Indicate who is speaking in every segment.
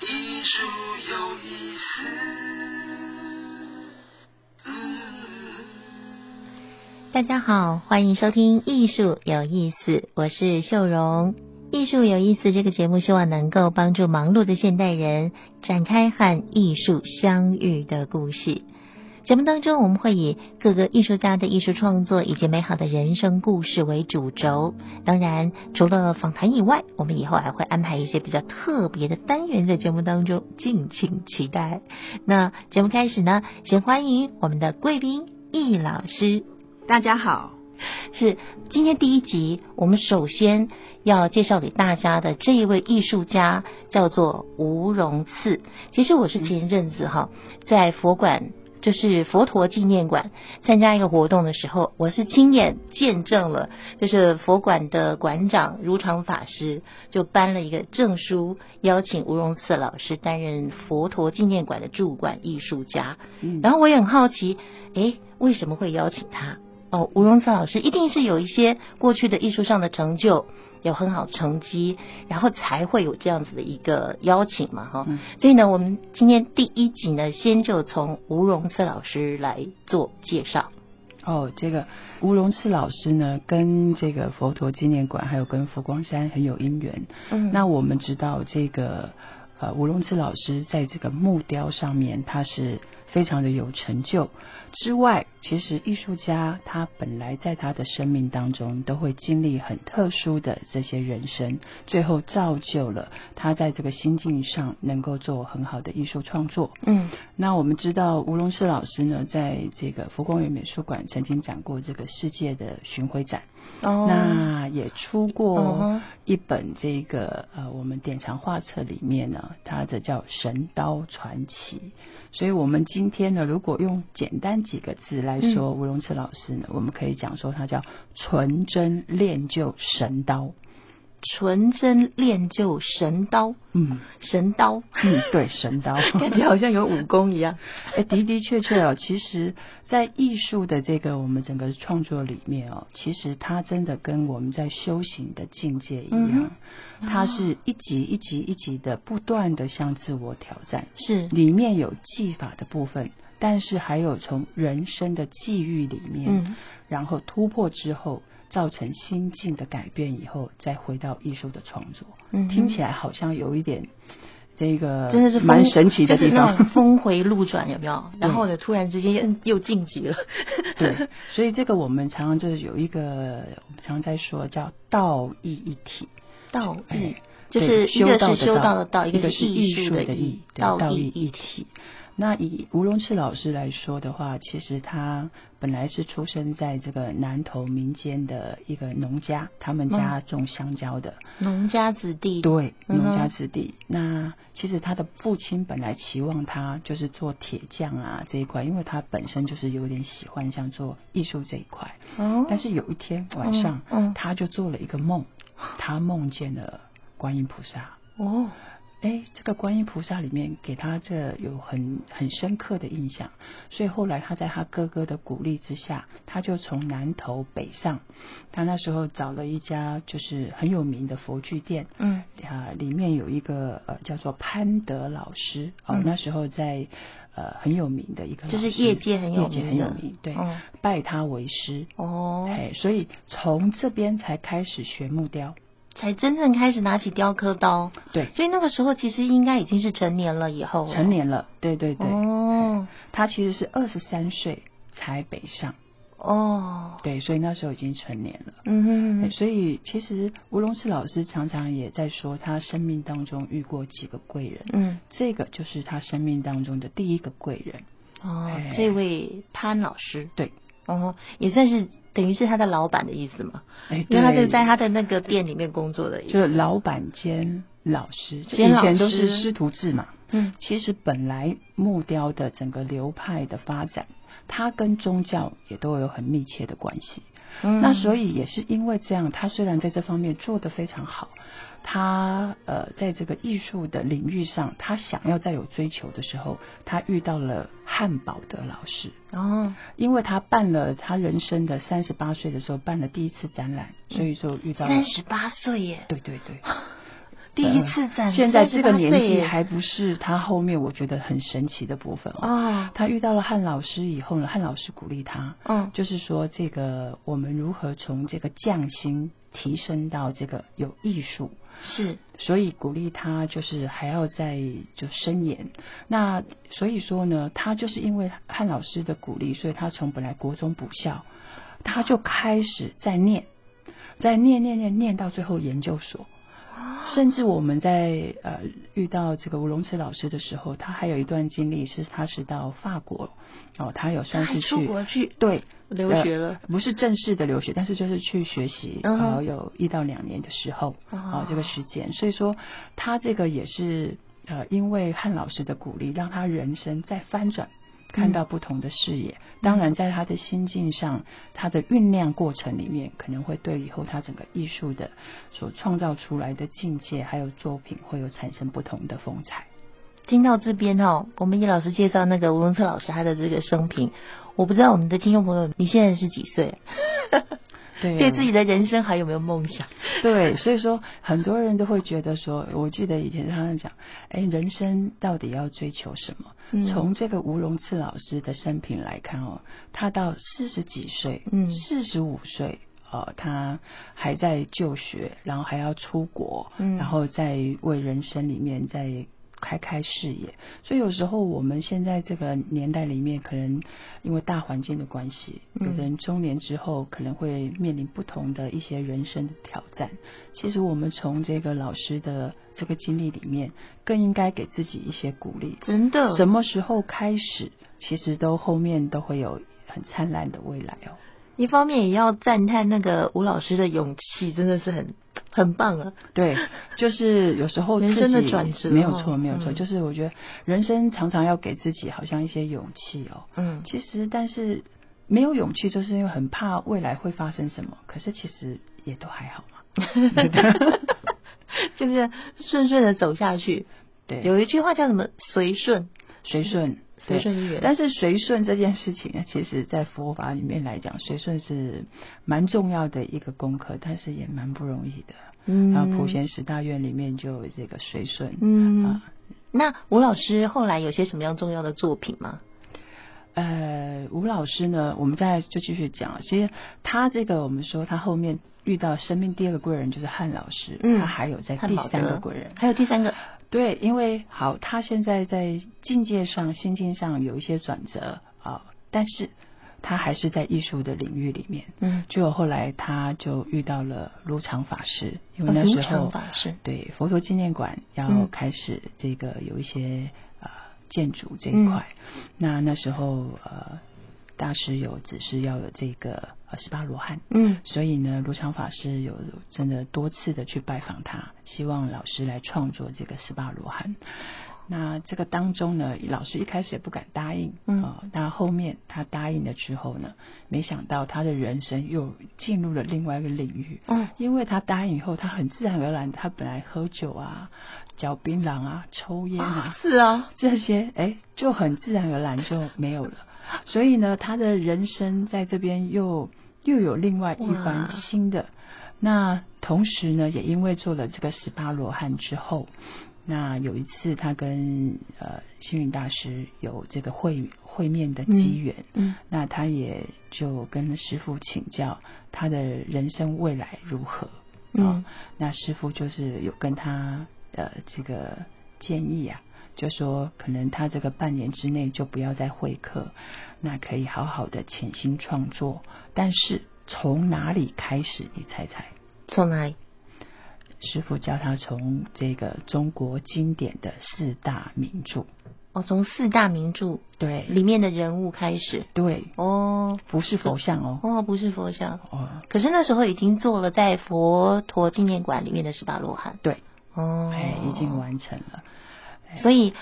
Speaker 1: 艺术有意思。
Speaker 2: 大家好，欢迎收听《艺术有意思》，我是秀荣。《艺术有意思》这个节目希望能够帮助忙碌的现代人展开和艺术相遇的故事。节目当中，我们会以各个艺术家的艺术创作以及美好的人生故事为主轴。当然，除了访谈以外，我们以后还会安排一些比较特别的单元在节目当中，敬请期待。那节目开始呢，先欢迎我们的贵宾易老师。
Speaker 3: 大家好，
Speaker 2: 是今天第一集，我们首先要介绍给大家的这一位艺术家叫做吴荣次。其实我是前阵子哈，在佛馆，就是佛陀纪念馆参加一个活动的时候，我是亲眼见证了，就是佛馆的馆长如常法师就颁了一个证书，邀请吴荣次老师担任佛陀纪念馆的驻馆艺术家。
Speaker 3: 嗯
Speaker 2: 然后我也很好奇，诶，为什么会邀请他？哦，吴荣慈老师一定是有一些过去的艺术上的成就，有很好成绩，然后才会有这样子的一个邀请嘛，哈、
Speaker 3: 嗯
Speaker 2: 所以呢，我们今天第一集呢，先就从吴荣慈老师来做介绍。
Speaker 3: 哦，这个吴荣次老师呢，跟这个佛陀纪念馆还有跟佛光山很有因缘。
Speaker 2: 嗯
Speaker 3: 那我们知道这个呃吴荣次老师在这个木雕上面，他是非常的有成就。之外，其实艺术家他本来在他的生命当中都会经历很特殊的这些人生，最后造就了他在这个心境上能够做很好的艺术创作。
Speaker 2: 嗯
Speaker 3: 那我们知道吴荣士老师呢，在这个佛光园美术馆曾经展过这个世界的巡回展，
Speaker 2: 哦
Speaker 3: 那也出
Speaker 2: 嗯
Speaker 3: 过
Speaker 2: 哼
Speaker 3: 一本这个呃我们典藏画册里面呢，它的叫《神刀传奇》。所以我们今天呢，如果用简单几个字来
Speaker 2: 嗯
Speaker 3: 说吴荣士老师呢，我们可以讲说他叫纯真练就神刀。
Speaker 2: 纯真练就神刀，
Speaker 3: 嗯
Speaker 2: 神刀
Speaker 3: 嗯，对，神刀。
Speaker 2: 感觉好像有武功一样。
Speaker 3: 哎，的的确确哦，其实，在艺术的这个我们整个创作里面哦，其实它真的跟我们在修行的境界一样，它是一级一级一级的不断的向自我挑战，
Speaker 2: 是
Speaker 3: 里面有技法的部分，但是还有从人生的际遇里面，
Speaker 2: 嗯
Speaker 3: 然后突破之后。造成心境的改变以后，再回到艺术的创作，
Speaker 2: 嗯哼
Speaker 3: 听起来好像有一点这个
Speaker 2: 真的是
Speaker 3: 蛮
Speaker 2: 峰
Speaker 3: 神奇的地
Speaker 2: 就是
Speaker 3: 方
Speaker 2: 那，种峰回路转，有没 有？然后呢，突然之间又又晋级了。
Speaker 3: 对，所以这个我们常常就是有一个，我们常常在说叫道义一体，
Speaker 2: 道义
Speaker 3: 哎，
Speaker 2: 就是
Speaker 3: 对
Speaker 2: 一个
Speaker 3: 道
Speaker 2: 是修道的道，
Speaker 3: 一
Speaker 2: 个
Speaker 3: 个
Speaker 2: 是
Speaker 3: 艺
Speaker 2: 术
Speaker 3: 的
Speaker 2: 艺，
Speaker 3: 对道
Speaker 2: 义
Speaker 3: 一。体。那以吴荣志老师来说的话，其实他本来是出生在这个南投民间的一个农家，他们
Speaker 2: 嗯
Speaker 3: 家种香蕉的，
Speaker 2: 农家子弟，
Speaker 3: 对，
Speaker 2: 嗯哼
Speaker 3: 农家子弟。
Speaker 2: 嗯
Speaker 3: 那其实他的父亲本来期望他就是做铁匠啊这一块，因为他本身就是有点喜欢像做艺术这一块。
Speaker 2: 哦，
Speaker 3: 但是有一天晚上，
Speaker 2: 嗯嗯
Speaker 3: 他就做了一个梦，他梦见了观音菩萨。
Speaker 2: 哦，
Speaker 3: 哎，这个观音菩萨里面给他这有很很深刻的印象，所以后来他在他哥哥的鼓励之下，他就从南头北上。他那时候找了一家就是很有名的佛具店，
Speaker 2: 嗯
Speaker 3: 啊，里面有一个呃叫做潘德老师，哦，
Speaker 2: 嗯
Speaker 3: 那时候在呃很有名的一个老
Speaker 2: 就
Speaker 3: 师，
Speaker 2: 是业界很有
Speaker 3: 业界
Speaker 2: 名
Speaker 3: 很有
Speaker 2: 的
Speaker 3: 名，对，
Speaker 2: 嗯
Speaker 3: 拜他为师，
Speaker 2: 哦，
Speaker 3: 哎，所以从这边才开始学木雕。
Speaker 2: 才真正开始拿起雕刻刀。
Speaker 3: 对，
Speaker 2: 所以那个时候其实应该已经是成年了以后了，
Speaker 3: 成年了，对对对，
Speaker 2: 哦
Speaker 3: 他其实是二十三岁才北上，
Speaker 2: 哦，
Speaker 3: 对，所以那时候已经成年了。
Speaker 2: 嗯哼
Speaker 3: 哎
Speaker 2: 哼
Speaker 3: 所以其实吴荣士老师常常也在说，他生命当中遇过几个贵人，
Speaker 2: 嗯
Speaker 3: 这个就是他生命当中的第一个贵人。
Speaker 2: 哦
Speaker 3: 哎，
Speaker 2: 这位潘老师，
Speaker 3: 对，
Speaker 2: 哦，也算是等于是他的老板的意思嘛，
Speaker 3: 哎，
Speaker 2: 因为他
Speaker 3: 对
Speaker 2: 是在他的那个店里面工作的意思，
Speaker 3: 就是老板兼老师，就
Speaker 2: 兼
Speaker 3: 以
Speaker 2: 老
Speaker 3: 前都
Speaker 2: 师
Speaker 3: 是师徒制嘛。
Speaker 2: 嗯
Speaker 3: 其实本来木雕的整个流派的发展，它跟宗教也都有很密切的关系。
Speaker 2: 嗯
Speaker 3: 那所以也是因为这样，他虽然在这方面做得非常好，他呃在这个艺术的领域上，他想要再有追求的时候，他遇到了汉堡的老师，
Speaker 2: 哦，
Speaker 3: 因为他办了他人生的三十八岁的时候办了第一次展览，所以就遇到了
Speaker 2: 三十八岁耶，
Speaker 3: 对对对。
Speaker 2: 第一次展，
Speaker 3: 现在这个
Speaker 2: 38
Speaker 3: 年
Speaker 2: 岁
Speaker 3: 纪
Speaker 2: 耶
Speaker 3: 还不是他后面我觉得很神奇的部分哦。
Speaker 2: 哦，
Speaker 3: 他遇到了汉老师以后呢，汉老师鼓励他，
Speaker 2: 嗯
Speaker 3: 就是说这个我们如何从这个匠心提升到这个有艺术，
Speaker 2: 是
Speaker 3: 所以鼓励他就是还要再就深研。那所以说呢，他就是因为汉老师的鼓励，所以他从本来国中补校，他就开始在念，在念念念念到最后研究所。甚至我们在呃遇到这个吴荣慈老师的时候，他还有一段经历是他是到法国哦，他有算
Speaker 2: 他还
Speaker 3: 是
Speaker 2: 出
Speaker 3: 去
Speaker 2: 国去
Speaker 3: 对
Speaker 2: 留学了
Speaker 3: 呃，不是正式的留学，但是就是去学习，
Speaker 2: 嗯
Speaker 3: 然
Speaker 2: 哼
Speaker 3: 后有一到两年的时候
Speaker 2: 哦
Speaker 3: 啊、这个时间，所以说他这个也是呃，因为汉老师的鼓励，让他人生再翻转。看到不同的视野，当然在他的心境上，他的酝酿过程里面，可能会对以后他整个艺术的所创造出来的境界，还有作品，会有产生不同的风采。
Speaker 2: 听到这边哦，我们叶老师介绍那个吴荣策老师他的这个生平，我不知道我们的听众朋友你现在是几岁，
Speaker 3: 对
Speaker 2: 对自己的人生还有没有梦想？
Speaker 3: 对，所以说很多人都会觉得说，我记得以前他们讲，哎，人生到底要追求什么？
Speaker 2: 嗯
Speaker 3: 从这个吴荣次老师的生平来看哦，他到四十几岁，
Speaker 2: 嗯
Speaker 3: 四十五岁。哦，他还在就学，然后还要出国，
Speaker 2: 嗯
Speaker 3: 然后再为人生里面再开开视野。所以有时候我们现在这个年代里面，可能因为大环境的关系，
Speaker 2: 嗯
Speaker 3: 有的人中年之后可能会面临不同的一些人生的挑战。其实我们从这个老师的这个经历里面，更应该给自己一些鼓励。
Speaker 2: 真的，
Speaker 3: 什么时候开始，其实都后面都会有很灿烂的未来哦。
Speaker 2: 一方面也要赞叹那个吴老师的勇气，真的是很很棒 啊！
Speaker 3: 对，就是有时候
Speaker 2: 人
Speaker 3: 自
Speaker 2: 生的
Speaker 3: 己
Speaker 2: 转折
Speaker 3: 没有
Speaker 2: 哦
Speaker 3: 错，没有错。
Speaker 2: 嗯
Speaker 3: 就是我觉得人生常常要给自己好像一些勇气哦。
Speaker 2: 嗯，
Speaker 3: 其实，但是没有勇气，就是因为很怕未来会发生什么。可是其实也都还好嘛。
Speaker 2: 就是顺顺的走下去。
Speaker 3: 对，
Speaker 2: 有一句话叫什么？随顺，
Speaker 3: 随顺，
Speaker 2: 随
Speaker 3: 对
Speaker 2: 顺因缘。
Speaker 3: 但是随顺这件事情呢，其实在佛法里面来讲，随顺是蛮重要的一个功课，但是也蛮不容易的。
Speaker 2: 嗯
Speaker 3: 然后普贤十大愿里面就有这个随顺。
Speaker 2: 嗯
Speaker 3: 啊，
Speaker 2: 那吴老师后来有些什么样重要的作品吗？
Speaker 3: 呃，吴老师呢，我们再就继续讲。其实他这个，我们说他后面遇到生命第二个贵人就是汉老师，
Speaker 2: 嗯
Speaker 3: 他还有在
Speaker 2: 汉
Speaker 3: 第
Speaker 2: 堡
Speaker 3: 三
Speaker 2: 德
Speaker 3: 个贵人，
Speaker 2: 还有第三个，
Speaker 3: 对，因为好，他现在在境界上、心境上有一些转折啊、但是他还是在艺术的领域里面。
Speaker 2: 嗯，
Speaker 3: 就后来他就遇到了如常法师，因为
Speaker 2: 哦
Speaker 3: 那
Speaker 2: 如
Speaker 3: 时候、
Speaker 2: 常法师
Speaker 3: 对佛陀纪念馆要
Speaker 2: 嗯
Speaker 3: 开始这个有一些呃建筑这一块，
Speaker 2: 嗯
Speaker 3: 那那时候呃大师有指示要有这个呃十八罗汉，
Speaker 2: 嗯
Speaker 3: 所以呢，卢常法师有真的多次的去拜访他，希望老师来创作这个十八罗汉。那这个当中呢，老师一开始也不敢答应，
Speaker 2: 嗯
Speaker 3: 啊、那后面他答应了之后呢，没想到他的人生又进入了另外一个领域，
Speaker 2: 嗯
Speaker 3: 因为他答应以后，他很自然而然，他本来喝酒啊、嚼槟榔啊、抽烟啊
Speaker 2: 啊，是啊，
Speaker 3: 这些，哎，就很自然而然就没有了。所以呢，他的人生在这边又又有另外一
Speaker 2: 哇
Speaker 3: 番新的。那同时呢，也因为做了这个十八罗汉之后，那有一次他跟呃星云大师有这个会会面的机缘，
Speaker 2: 嗯
Speaker 3: 那他也就跟师傅请教他的人生未来如何。
Speaker 2: 嗯
Speaker 3: 啊那师傅就是有跟他呃这个建议啊，就说可能他这个半年之内就不要再会课，那可以好好的潜心创作。但是从哪里开始？你猜猜？
Speaker 2: 从哪里？
Speaker 3: 师傅教他从这个中国经典的四大名著，
Speaker 2: 哦，从四大名著
Speaker 3: 对
Speaker 2: 里面的人物开始。
Speaker 3: 对，
Speaker 2: 哦
Speaker 3: 不是佛像哦，
Speaker 2: 哦，不是佛像，
Speaker 3: 哦，
Speaker 2: 可是那时候已经做了在佛陀纪念馆里面的十八罗汉。
Speaker 3: 对，
Speaker 2: 哦，
Speaker 3: 哎，已经完成了。
Speaker 2: 所以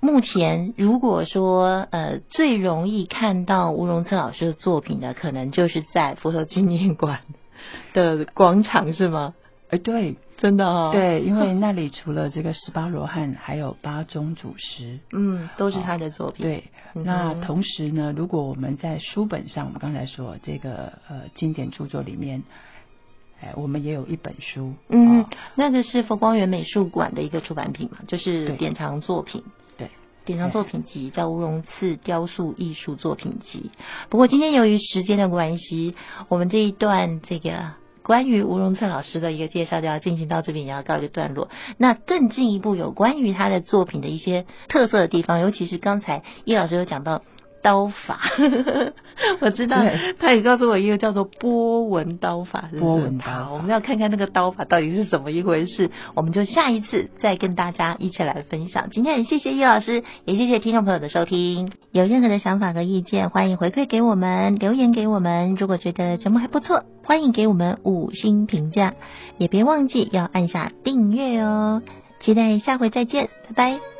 Speaker 2: 目前如果说呃最容易看到吴荣策老师的作品的，可能就是在佛陀纪念馆的广场是吗？
Speaker 3: 呃，对
Speaker 2: 真的哦，，
Speaker 3: 对，因为那里除了这个十八罗汉，还有八宗祖师。
Speaker 2: 嗯，都是他的作品。
Speaker 3: 对，
Speaker 2: 嗯哼
Speaker 3: 那同时呢，如果我们在书本上，我们刚才说这个呃经典著作里面，哎，我们也有一本书，
Speaker 2: 嗯
Speaker 3: 哦，
Speaker 2: 那个是佛光园美术馆的一个出版品嘛，就是
Speaker 3: 对
Speaker 2: 典藏作品。
Speaker 3: 对，
Speaker 2: 典藏作品集叫《乌龙寺雕塑艺术作品集》。不过今天由于时间的关系，我们这一段这个关于吴荣策老师的一个介绍就要进行到这边，也要告一个段落。那更进一步有关于他的作品的一些特色的地方，尤其是刚才叶老师有讲到。刀法， 我知道
Speaker 3: 对，
Speaker 2: 他也告诉我一个叫做波纹刀法，是不是
Speaker 3: 波纹刀法
Speaker 2: 好我们要看看那个刀法到底是怎么一回事，我们就下一次再跟大家一起来分享。今天很谢谢叶老师，也谢谢听众朋友的收听。有任何的想法和意见，欢迎回馈给我们，留言给我们。如果觉得节目还不错，欢迎给我们五星评价，也别忘记要按下订阅哦。期待下回再见，拜拜。